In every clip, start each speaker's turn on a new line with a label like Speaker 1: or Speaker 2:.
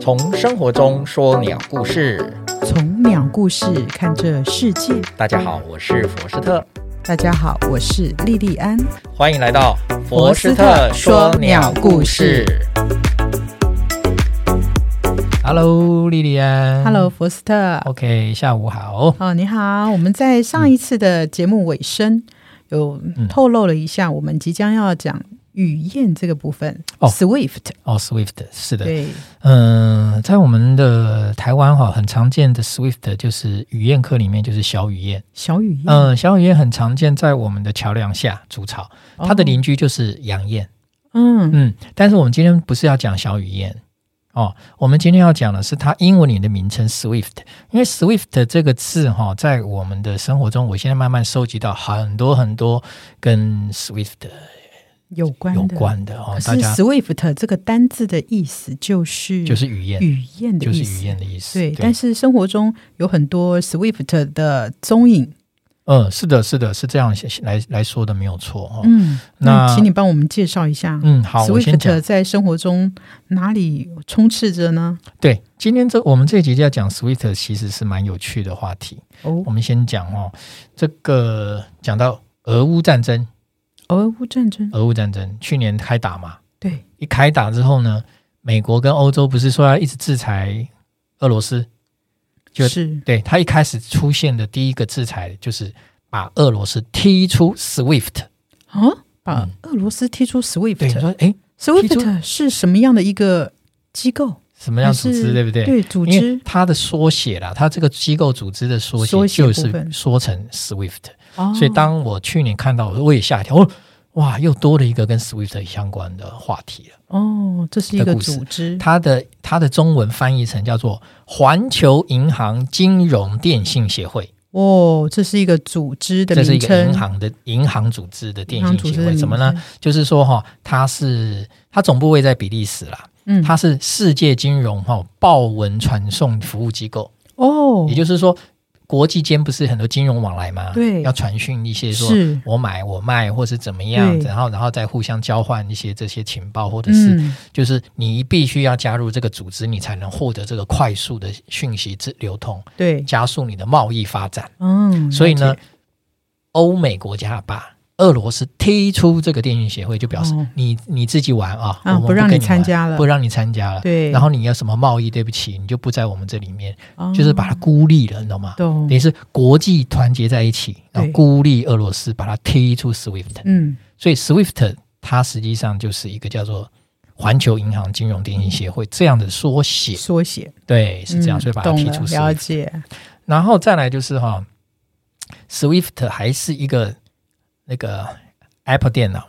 Speaker 1: 从生活中说鸟故事。
Speaker 2: 从鸟故事看这世界。
Speaker 1: 大家好，我是佛斯特，
Speaker 2: 大家好，我是莉莉安。
Speaker 1: 欢迎来到
Speaker 2: 佛斯特说鸟故事。
Speaker 1: Hello，莉莉安。
Speaker 2: Hello，福斯特。
Speaker 1: OK，下午好。
Speaker 2: 哦，你好。我们在上一次的节目尾声、
Speaker 1: 嗯
Speaker 2: 有透露了一下，我们即将要讲语言这个部分。
Speaker 1: 哦
Speaker 2: s w i f t
Speaker 1: 哦、s w i f t 是的，
Speaker 2: 对，
Speaker 1: 嗯、在我们的台湾哈、很常见的 Swift 就是雨燕科里面就是小雨燕，
Speaker 2: 小语言。
Speaker 1: 嗯、小雨燕很常见在我们的桥梁下筑巢，它的
Speaker 2: 哦
Speaker 1: 邻居就是杨燕。
Speaker 2: 嗯，
Speaker 1: 嗯，但是我们今天不是要讲小雨燕哦，我们今天要讲的是它英文里的名称 Swift，因为 Swift 这个字哈、在我们的生活中，我现在慢慢收集到很多很多跟 Swift
Speaker 2: 有关的。
Speaker 1: 有关的哦
Speaker 2: 可，
Speaker 1: 大
Speaker 2: 是
Speaker 1: 家
Speaker 2: Swift 这个单字的意思就是
Speaker 1: 就是语言，
Speaker 2: 语言的
Speaker 1: 就
Speaker 2: 意
Speaker 1: 是
Speaker 2: 思。
Speaker 1: 语言的意思。
Speaker 2: 对，但是生活中有很多 Swift 的踪影。
Speaker 1: 嗯，是的，是的，是这样来来说的，没有错哦。
Speaker 2: 嗯，
Speaker 1: 那
Speaker 2: 请你帮我们介绍一下。
Speaker 1: 嗯，好，我先讲
Speaker 2: Swift。在生活中哪里充斥着呢？
Speaker 1: 对，今天这我们这一集就要讲 Swift，其实是蛮有趣的话题。
Speaker 2: 哦
Speaker 1: 我，们先讲哦，这个讲到俄乌战争，
Speaker 2: 俄乌战争，
Speaker 1: 俄乌战争去年开打嘛，
Speaker 2: 对，
Speaker 1: 一开打之后呢，美国跟欧洲不是说要一直制裁俄罗斯？就是对，他一开始出现的第一个制裁就是把俄罗斯踢出 SWIFT。
Speaker 2: 啊，把俄罗斯踢出
Speaker 1: 嗯对，你
Speaker 2: SWIFT。
Speaker 1: 说诶，踢出
Speaker 2: SWIFT 是什么样的一个机构？
Speaker 1: 什么样
Speaker 2: 还
Speaker 1: 组织
Speaker 2: 是
Speaker 1: 对不对？
Speaker 2: 对，组
Speaker 1: 因为
Speaker 2: 织
Speaker 1: 它的缩写啦，它这个机构组织的缩
Speaker 2: 缩
Speaker 1: 写
Speaker 2: 写
Speaker 1: 就
Speaker 2: 部
Speaker 1: 是
Speaker 2: 分
Speaker 1: 缩成 SWIFT。
Speaker 2: 哦
Speaker 1: 所以当我去年看到，我也吓一跳，哦，哇，又多了一个跟 SWIFT 相关的话题了。
Speaker 2: 哦，这是一
Speaker 1: 的
Speaker 2: 个
Speaker 1: 故事
Speaker 2: 组织，
Speaker 1: 它的它的中文翻译成叫做环球银行金融电信协会，
Speaker 2: 哦，这是一个组织的
Speaker 1: 这是
Speaker 2: 名
Speaker 1: 一个
Speaker 2: 称，
Speaker 1: 银行的银行组织的
Speaker 2: 银
Speaker 1: 电
Speaker 2: 行
Speaker 1: 信
Speaker 2: 组织
Speaker 1: 协
Speaker 2: 的
Speaker 1: 会。
Speaker 2: 名
Speaker 1: 什么呢
Speaker 2: 称？？
Speaker 1: 就是说哈、它是它总部位在比利时啦，
Speaker 2: 嗯，
Speaker 1: 它是世界金融哈、报文传送服务机构。
Speaker 2: 哦，
Speaker 1: 也就是说，国际间不是很多金融往来吗？
Speaker 2: 对
Speaker 1: 要传讯一些说
Speaker 2: 是
Speaker 1: 我买我卖，或是怎么样，
Speaker 2: 对
Speaker 1: 然后然后再互相交换一些这些情报，或者是
Speaker 2: 嗯，
Speaker 1: 就是你必须要加入这个组织，你才能获得这个快速的讯息之流通，
Speaker 2: 对，
Speaker 1: 加速你的贸易发展。
Speaker 2: 嗯，
Speaker 1: 所以呢
Speaker 2: 了解，，
Speaker 1: 欧美国家把俄罗斯踢出这个电讯协会，就表示
Speaker 2: 哦
Speaker 1: 你、你自己玩啊，
Speaker 2: 啊
Speaker 1: 我们
Speaker 2: 不让
Speaker 1: 跟
Speaker 2: 你参
Speaker 1: 玩
Speaker 2: 加了
Speaker 1: 不让你参加了。
Speaker 2: 对
Speaker 1: 然后你要什么贸易，对不起，你就不在我们这里面，
Speaker 2: 哦
Speaker 1: 就是把它孤立了，你懂吗？
Speaker 2: 懂
Speaker 1: 等于，是国际团结在一起，然后
Speaker 2: 对
Speaker 1: 孤立俄罗斯，把它踢出 SWIFT。
Speaker 2: 嗯，
Speaker 1: 所以 SWIFT 它实际上就是一个叫做环球银行金融电信协会这样的缩写，
Speaker 2: 缩写
Speaker 1: 对，是这样，
Speaker 2: 嗯
Speaker 1: 所以把它
Speaker 2: 懂
Speaker 1: 踢
Speaker 2: 了
Speaker 1: 出
Speaker 2: 了
Speaker 1: SWIFT。
Speaker 2: 解，
Speaker 1: 然后再来就是哈、s w i f t 还是一个那个 Apple 电脑，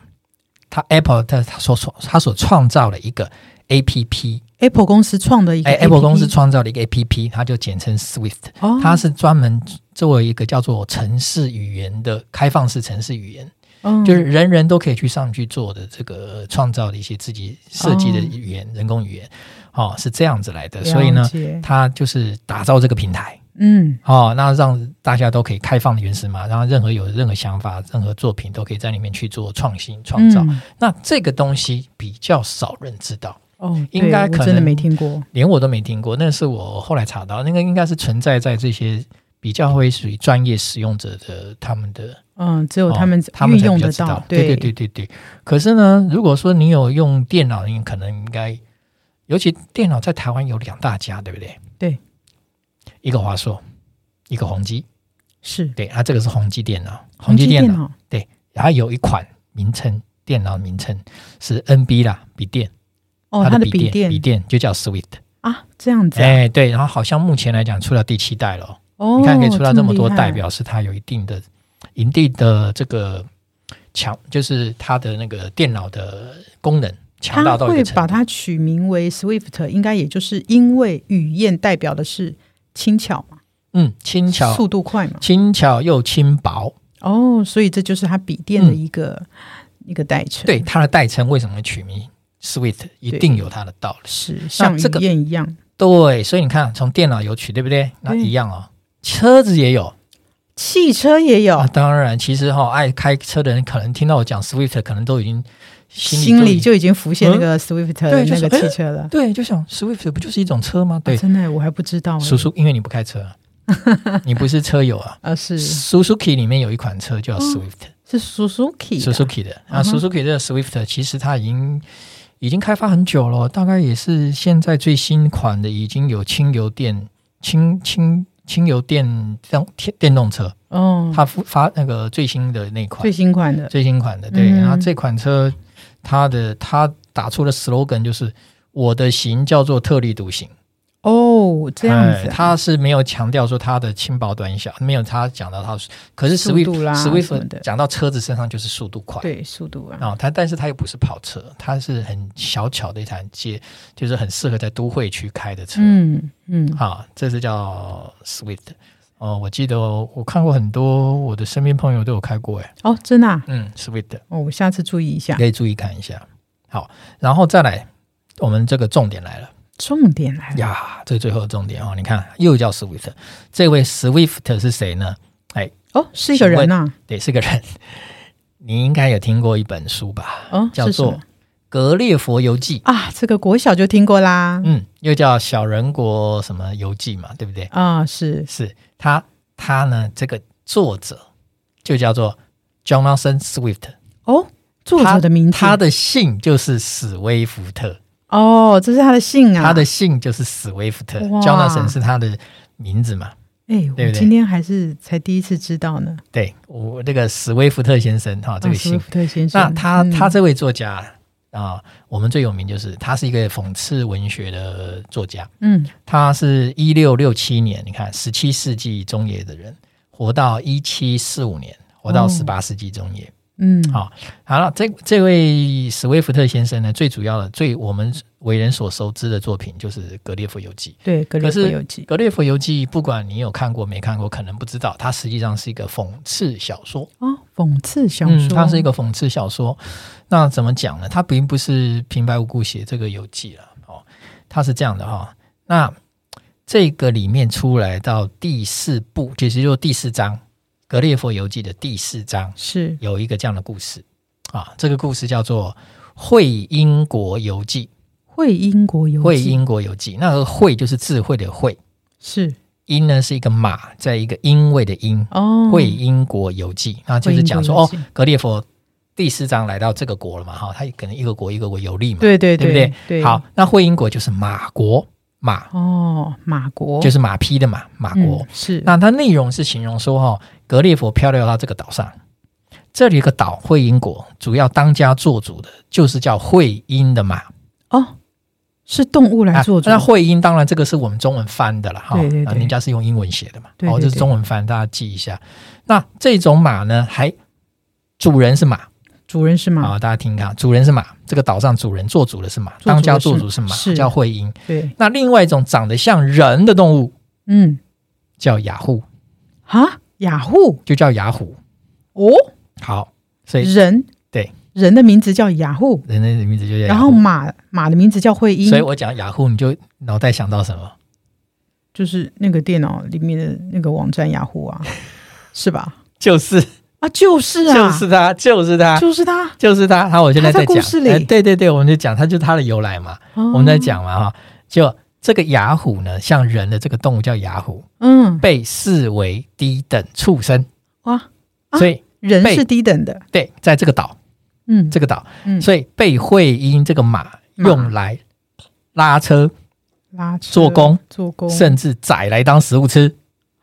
Speaker 1: 它 Apple 它它所创它所创造了一个 APP，
Speaker 2: Apple 公司创的一个
Speaker 1: 哎 Apple
Speaker 2: APP
Speaker 1: 公司创造了一个 APP，它就简称 SWIFT。
Speaker 2: 哦，
Speaker 1: 它是专门作为一个叫做城市语言的开放式城市语言，
Speaker 2: 嗯
Speaker 1: 就是人人都可以去上去做的这个创造的一些自己设计的语言，人工语言，哦，是这样子来的。
Speaker 2: 了
Speaker 1: 所以呢，
Speaker 2: 解
Speaker 1: 它就是打造这个平台，
Speaker 2: 嗯
Speaker 1: 哦，那让大家都可以开放原始码，然后任何有任何想法、任何作品都可以在里面去做创新创造。
Speaker 2: 嗯
Speaker 1: 那这个东西比较少人知道。
Speaker 2: 哦，
Speaker 1: 应
Speaker 2: 对
Speaker 1: 该
Speaker 2: 我
Speaker 1: 可
Speaker 2: 真的
Speaker 1: 能
Speaker 2: 没听过，
Speaker 1: 连我都没听过，那是我后来查到，那个应该是存在在这些比较会属于专业使用者的他们的，
Speaker 2: 嗯，只有
Speaker 1: 哦
Speaker 2: 他们
Speaker 1: 他们
Speaker 2: 运
Speaker 1: 才
Speaker 2: 用
Speaker 1: 比较
Speaker 2: 得
Speaker 1: 知道
Speaker 2: 到，，
Speaker 1: 对
Speaker 2: 对
Speaker 1: 对对对对。可是呢，如果说你有用电脑，你可能应该，尤其电脑在台湾有两大家，对不对？
Speaker 2: 对，
Speaker 1: 一个华硕，一个宏基，
Speaker 2: 是
Speaker 1: 对啊，这个是宏基电脑，
Speaker 2: 宏
Speaker 1: 基电脑，
Speaker 2: 脑
Speaker 1: 它有一款名称，电脑名称是 NB 啦，笔电，
Speaker 2: 哦，
Speaker 1: 它
Speaker 2: 它
Speaker 1: 的
Speaker 2: 的
Speaker 1: 笔
Speaker 2: 笔
Speaker 1: 电笔电就叫 Swift。
Speaker 2: 啊，这样子啊，
Speaker 1: 哎，对，然后好像目前来讲出到第七代了哦，
Speaker 2: 哦，
Speaker 1: 你看可以出到这么多
Speaker 2: 厉害
Speaker 1: 代，表，是它有一定的、一定的这个强，就是它的那个电脑的功能强大
Speaker 2: 他
Speaker 1: 到一
Speaker 2: 会
Speaker 1: 个程
Speaker 2: 把
Speaker 1: 度。
Speaker 2: 它取名为 Swift，应该也就是因为语言代表的是轻巧嘛，
Speaker 1: 嗯，轻巧、
Speaker 2: 速度快嘛，
Speaker 1: 轻巧又轻薄，
Speaker 2: 哦，所以这就是它笔电的
Speaker 1: 嗯
Speaker 2: 一个一个代称，
Speaker 1: 对，它的代称为什么取名 Sweet，一定有它的道理。
Speaker 2: 是像语
Speaker 1: 这个
Speaker 2: 言一样，
Speaker 1: 对，所以你看，从电脑有取，对不对？那
Speaker 2: 对
Speaker 1: 一样哦，车子也有，
Speaker 2: 汽车也有
Speaker 1: 啊，，当然，其实哈、爱开车的人可能听到我讲 Swift，可能都已经心里
Speaker 2: 心
Speaker 1: 都已嗯
Speaker 2: 里就已经浮现那个 Swift 的
Speaker 1: 对就
Speaker 2: 那
Speaker 1: 是
Speaker 2: 个汽车了。啊
Speaker 1: 对，就想 Swift 不就是一种车吗？对，
Speaker 2: 真的，我还不知道。哎
Speaker 1: 叔叔，因为你不开车 啊，你不是车友啊。
Speaker 2: 呃，是
Speaker 1: Suzuki 里面有一款车叫 Swift，Suzuki、
Speaker 2: 是 Suzuki 的
Speaker 1: Suzuki 的啊、
Speaker 2: 嗯
Speaker 1: s
Speaker 2: 哼
Speaker 1: u z u k i 这个 Swift 其实它已经已经开发很久了，大概也是现在最新款的，已经有轻油电轻轻轻油电电电动车，
Speaker 2: 哦，
Speaker 1: 它发发那个最新的那款哎
Speaker 2: 最新款的
Speaker 1: 最新款的，对。
Speaker 2: 嗯
Speaker 1: 然后这款车，它的它打出的 slogan 就是“我的型叫做特立独行
Speaker 2: 哦，”，这样
Speaker 1: 哎
Speaker 2: 子啊，
Speaker 1: 它是没有强调说它的轻薄短小，没有它讲到它，可是
Speaker 2: 速
Speaker 1: Swift
Speaker 2: 度啦什么
Speaker 1: Swift
Speaker 2: 的
Speaker 1: 讲到车子身上就是速度快。
Speaker 2: 对速度啊，
Speaker 1: 啊、它但是它又不是跑车，它是很小巧的一台街，就是很适合在都会区开的车。
Speaker 2: 嗯嗯，
Speaker 1: 啊，这是叫 Swift。哦，我记得哦我看过很多我的身边朋友都有开过，哎，
Speaker 2: 哦，真的啊，
Speaker 1: 嗯，Swift。
Speaker 2: 哦，我下次注意一下
Speaker 1: 可。以注意看一下。好，然后再来，我们这个重点来了
Speaker 2: 重点来了，
Speaker 1: 呀，这最后的重点哦，你看又叫 Swift，这位 Swift 是谁呢？
Speaker 2: 哦，是一个人呐，
Speaker 1: 对，是个人，你应该有听过一本书吧？
Speaker 2: 哦，
Speaker 1: 叫
Speaker 2: 是什
Speaker 1: 做
Speaker 2: 么
Speaker 1: 《格列佛游记》，
Speaker 2: 啊，这个国小就听过啦，
Speaker 1: 嗯，又叫《小人国什么游记》嘛，对不对？
Speaker 2: 啊，是
Speaker 1: 是他，他呢，这个作者就叫做 Jonathan Swift，
Speaker 2: 哦，作者的名字，
Speaker 1: 他的姓就是史威福特。
Speaker 2: 哦，这是他的姓啊，
Speaker 1: 他的姓就是史威夫特
Speaker 2: 哇
Speaker 1: ，Jonathan 是他的名字嘛？
Speaker 2: 哎，
Speaker 1: 对
Speaker 2: 我
Speaker 1: 不对
Speaker 2: 今天还是才第一次知道呢，
Speaker 1: 对，我这个史威夫特先生哈、这
Speaker 2: 啊
Speaker 1: 个
Speaker 2: 斯威
Speaker 1: 姓。
Speaker 2: 夫特先生，
Speaker 1: 那他
Speaker 2: 嗯
Speaker 1: 他这位作家啊、我们最有名就是他是一个讽刺文学的作家，
Speaker 2: 嗯
Speaker 1: 他是一六六七年，你看十七世纪中叶的人，活到一七四五年，活到
Speaker 2: 哦
Speaker 1: 十八世纪中叶。
Speaker 2: 嗯
Speaker 1: 好好了，这这位史威夫特先生呢，最主要的、最我们为人所熟知的作品就是《格列佛游记》。
Speaker 2: 对，格
Speaker 1: 可
Speaker 2: 列佛
Speaker 1: 是
Speaker 2: 游记，
Speaker 1: 《格列佛游记》，不管你有看过没看过，可能不知道，它实际上是一个讽刺小说。
Speaker 2: 哦，讽刺小
Speaker 1: 嗯，
Speaker 2: 说，
Speaker 1: 它是一个讽刺小说。那怎么讲呢？它并不是平白无故写这个游记了哦，它是这样的哈、那这个里面出来到第四部，其实就是第四章《格列佛游记》的第四章，
Speaker 2: 是
Speaker 1: 有一个这样的故事啊。这个故事叫做《会英国游记》。
Speaker 2: 会英国游记，
Speaker 1: 会英国游记，那个“会”就是智慧的“会”。
Speaker 2: 是
Speaker 1: 英呢是一个马，在一个因为的因，
Speaker 2: 哦，
Speaker 1: 会英国游记，那就是讲说
Speaker 2: 会英
Speaker 1: 哦
Speaker 2: 国游记，
Speaker 1: 格列佛第四章来到这个国了嘛，哈，他可能一个国一个国游历嘛，
Speaker 2: 对对
Speaker 1: 对不
Speaker 2: 对
Speaker 1: 对？好，，那会英国就是马国，马
Speaker 2: 哦，马国嗯
Speaker 1: 就是是马匹的马，马国。
Speaker 2: 是
Speaker 1: 那它内容是形容说哈、哦，格列佛漂流到这个岛上，这里有个岛会英国，主要当家做主的就是叫会英的马，
Speaker 2: 哦，是动物来做主，
Speaker 1: 啊。那会音当然这个是我们中文翻的了哈，
Speaker 2: 对对
Speaker 1: 啊
Speaker 2: 对
Speaker 1: 人家是用英文写的嘛，
Speaker 2: 对对
Speaker 1: 哦，这是
Speaker 2: 对
Speaker 1: 中文翻，大家记一下。那这种马呢，还主人是马啊、
Speaker 2: 主人是马，
Speaker 1: 大家听看，主人是马，这个岛上主人做主的是马，
Speaker 2: 主的
Speaker 1: 当家
Speaker 2: 是
Speaker 1: 做主是马，
Speaker 2: 是
Speaker 1: 叫会音。
Speaker 2: 对，
Speaker 1: 那另外一种长得像人的动物
Speaker 2: 嗯，
Speaker 1: 叫雅虎，
Speaker 2: 啊，雅虎
Speaker 1: 就叫雅虎。
Speaker 2: 哦，
Speaker 1: 好，所以
Speaker 2: 人
Speaker 1: 对
Speaker 2: 人的名字叫雅虎，
Speaker 1: 人的名字就叫
Speaker 2: 然
Speaker 1: 雅
Speaker 2: 后
Speaker 1: 虎。
Speaker 2: 马马的名字叫会英
Speaker 1: 所以，我讲雅虎，你就脑袋想到什么？
Speaker 2: 就是那个电脑里面的那个网站雅虎 啊，是吧？
Speaker 1: 就是
Speaker 2: 啊，就是啊，啊
Speaker 1: 就是它，就是它，
Speaker 2: 就是他，
Speaker 1: 就是它。好，我现在
Speaker 2: 它
Speaker 1: 在
Speaker 2: 在
Speaker 1: 讲
Speaker 2: 故事，里哦
Speaker 1: 哎对对对，我们就讲它就是它的由来嘛。我
Speaker 2: 我
Speaker 1: 们在，讲嘛哈，就这个雅虎呢，像人的这个动物叫雅虎，
Speaker 2: 嗯，
Speaker 1: 被视为低等畜生，
Speaker 2: 哇，啊
Speaker 1: 所以
Speaker 2: 人
Speaker 1: 被
Speaker 2: 是低等的，
Speaker 1: 对，在这个岛，
Speaker 2: 嗯，
Speaker 1: 这个岛，
Speaker 2: 嗯
Speaker 1: 所以被会因这个马
Speaker 2: 马
Speaker 1: 用来拉车，
Speaker 2: 拉扯
Speaker 1: 做工
Speaker 2: 做工
Speaker 1: 甚至宰来当食物吃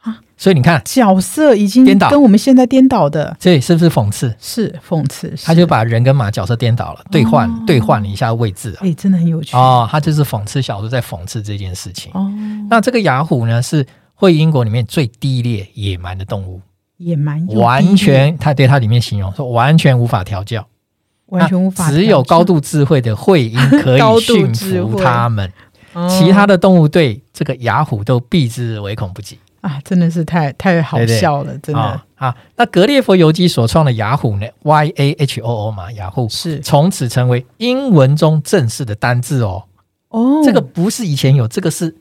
Speaker 2: 哦啊。
Speaker 1: 所以你看，
Speaker 2: 角色已经
Speaker 1: 颠倒
Speaker 2: 跟我们现在颠倒的，
Speaker 1: 这是不是讽刺？
Speaker 2: 是哦讽刺，
Speaker 1: 他
Speaker 2: 是
Speaker 1: 就把人跟马角色颠倒了，兑换兑换了一下位置啊
Speaker 2: 哎、真的很有趣
Speaker 1: 哦，他就是讽刺小说在讽刺这件事情。
Speaker 2: 哦
Speaker 1: 那这个雅虎呢，是会英国里面最低劣野蛮的动物。
Speaker 2: 也蛮有
Speaker 1: 完
Speaker 2: 意义
Speaker 1: 全，他对他里面形容说完全无法调教，
Speaker 2: 完全无法
Speaker 1: 那
Speaker 2: 调整，
Speaker 1: 只有高度智慧的会鹰可
Speaker 2: 高
Speaker 1: 以
Speaker 2: 度
Speaker 1: 驯
Speaker 2: 智
Speaker 1: 服
Speaker 2: 慧
Speaker 1: 它们，
Speaker 2: 哦
Speaker 1: 其他的动物对这个雅虎都避之唯恐不及。
Speaker 2: 啊，真的是太太好
Speaker 1: 对对
Speaker 2: 笑了，真的、
Speaker 1: 啊啊！那格列佛游记所创的雅虎呢，Y A H O O 嘛，雅虎
Speaker 2: 是
Speaker 1: 从此成为英文中正式的单字哦。
Speaker 2: 哦，
Speaker 1: 这个不是以前有，这个是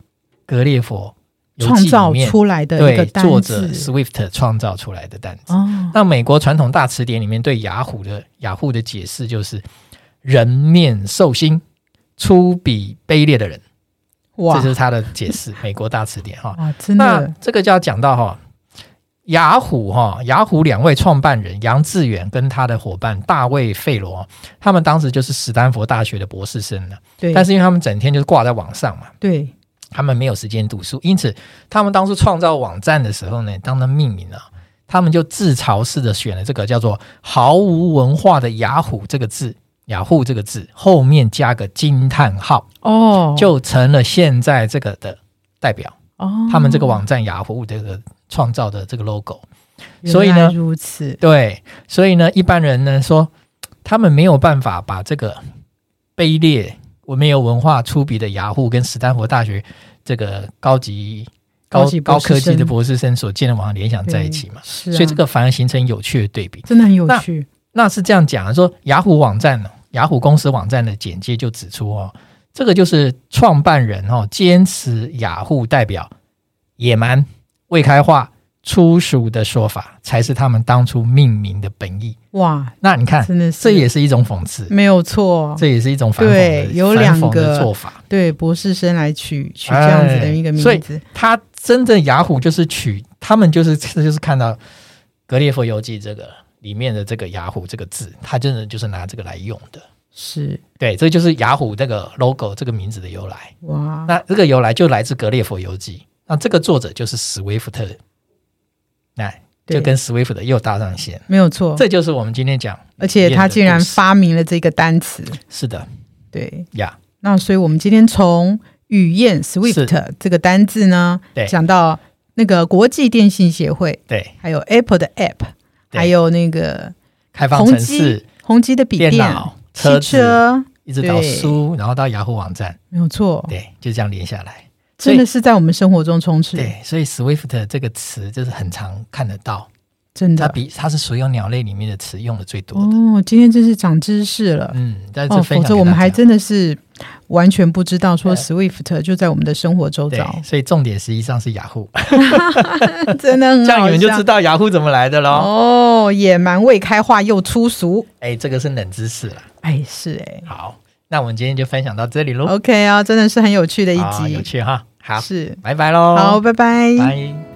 Speaker 1: 格列佛游记
Speaker 2: 创
Speaker 1: 里
Speaker 2: 造
Speaker 1: 面
Speaker 2: 出来的一个
Speaker 1: 对
Speaker 2: 单
Speaker 1: 作者
Speaker 2: 字
Speaker 1: Swift 创造出来的单词。
Speaker 2: 哦，
Speaker 1: 那美国传统大词典里面对雅虎的雅虎的解释就是人面兽心、粗鄙卑劣的人，这
Speaker 2: 哇
Speaker 1: 就是它的解释。美国大词典哈，
Speaker 2: 哇，真
Speaker 1: 那
Speaker 2: 的
Speaker 1: 这个就要讲到哈，雅虎哈，雅虎两位创办人杨致远跟他的伙伴大卫费罗，他们当时就是史丹佛大学的博士生了，
Speaker 2: 对，
Speaker 1: 但是因为他们整天就是挂在网上嘛。
Speaker 2: 对
Speaker 1: 他们没有时间读书，因此他们当初创造网站的时候呢，当他命名啊，他们就自嘲式的选了这个叫做“毫无文化的雅虎”这个字，雅虎这个字后面加个惊叹号，
Speaker 2: 哦，
Speaker 1: 就成了现在这个的代表。
Speaker 2: 哦，
Speaker 1: 他们这个网站雅虎这个创造的这个 logo，
Speaker 2: 原
Speaker 1: 所以呢
Speaker 2: 来如此，
Speaker 1: 对，所以呢，一般人呢说他们没有办法把这个卑劣、我没有文化、粗鄙的雅虎跟斯坦福大学这个高级
Speaker 2: 高
Speaker 1: 高
Speaker 2: 级博
Speaker 1: 高
Speaker 2: 士
Speaker 1: 科技的
Speaker 2: 生
Speaker 1: 博士生所建的网站联想在一
Speaker 2: 对
Speaker 1: 起嘛，
Speaker 2: 是啊，
Speaker 1: 所以这个反而形成有趣的对比。
Speaker 2: 真的很有
Speaker 1: 那
Speaker 2: 趣，
Speaker 1: 那是这样讲的，说雅虎网站呢，雅虎公司网站的简介就指出哦，这个就是创办人哦坚持雅虎代表野蛮、未开化、粗俗的说法，才是他们当初命名的本意。
Speaker 2: 哇，
Speaker 1: 那你看，
Speaker 2: 真的是
Speaker 1: 哎这也是一种讽刺，
Speaker 2: 没有错，
Speaker 1: 这也是一种反讽的
Speaker 2: 对有
Speaker 1: 反讽
Speaker 2: 两个
Speaker 1: 的做法。
Speaker 2: 对博士生来取取这样子的一个
Speaker 1: 哎
Speaker 2: 名
Speaker 1: 所以
Speaker 2: 字，
Speaker 1: 他真正雅虎就是取，他们就是这就是看到《格列佛游记》这个里面的这个雅虎这个字，他真的就是拿这个来用的。
Speaker 2: 是
Speaker 1: 对，这就是雅虎这个 logo 这个名字的由来。
Speaker 2: 哇，
Speaker 1: 那这个由来就来自《格列佛游记》，那这个作者就是史威夫特，哎，
Speaker 2: 对
Speaker 1: 就跟史威夫特又搭上线。
Speaker 2: 没有错，
Speaker 1: 这就是我们今天讲，
Speaker 2: 而且他竟然
Speaker 1: 里面的
Speaker 2: 发明了这个单词，
Speaker 1: 故事是的
Speaker 2: 对，
Speaker 1: 呀，
Speaker 2: 那所以我们今天从语言 Swift 这个单字呢
Speaker 1: 对，
Speaker 2: 讲到那个国际电信协会，
Speaker 1: 对，
Speaker 2: 还有 Apple 的 App，
Speaker 1: 对
Speaker 2: 还有那个
Speaker 1: 开放
Speaker 2: 宏
Speaker 1: 城
Speaker 2: 基
Speaker 1: 市、
Speaker 2: 宏基的笔
Speaker 1: 电
Speaker 2: 电、
Speaker 1: 脑、车
Speaker 2: 汽
Speaker 1: 子，
Speaker 2: 车，
Speaker 1: 一直到
Speaker 2: 对哦
Speaker 1: 书，然后到雅虎网站，
Speaker 2: 没有错，
Speaker 1: 对，就这样连下来。所
Speaker 2: 真
Speaker 1: 以
Speaker 2: 的是在我们生活中充斥，
Speaker 1: 对，所以 Swift 这个词就是很常看得到，
Speaker 2: 真
Speaker 1: 它
Speaker 2: 的。
Speaker 1: 比它是所有鸟类里面的词用的最多的。
Speaker 2: 嗯哦，今天真是长知识了。
Speaker 1: 嗯，但是
Speaker 2: 哦，
Speaker 1: 分
Speaker 2: 否
Speaker 1: 享
Speaker 2: 则
Speaker 1: 给
Speaker 2: 我们
Speaker 1: 大
Speaker 2: 还
Speaker 1: 家
Speaker 2: 真的是完全不知道说
Speaker 1: 对
Speaker 2: Swift 就在我们的生活周遭
Speaker 1: 对，，所以重点实际上是雅虎，
Speaker 2: 真的很
Speaker 1: 这样
Speaker 2: 嗯好
Speaker 1: 你们就
Speaker 2: 笑
Speaker 1: 知道雅虎怎么来的喽。
Speaker 2: 哦，野蛮未开化又粗俗，
Speaker 1: 哎，这个是冷知识了。
Speaker 2: 哎，是哎、
Speaker 1: 好，那我们今天就分享到这里喽。
Speaker 2: 哦 OK 啊，真的是很有趣的一
Speaker 1: 好
Speaker 2: 集，
Speaker 1: 有趣哈。好，
Speaker 2: 是
Speaker 1: 拜拜喽。
Speaker 2: 好，拜拜
Speaker 1: 拜。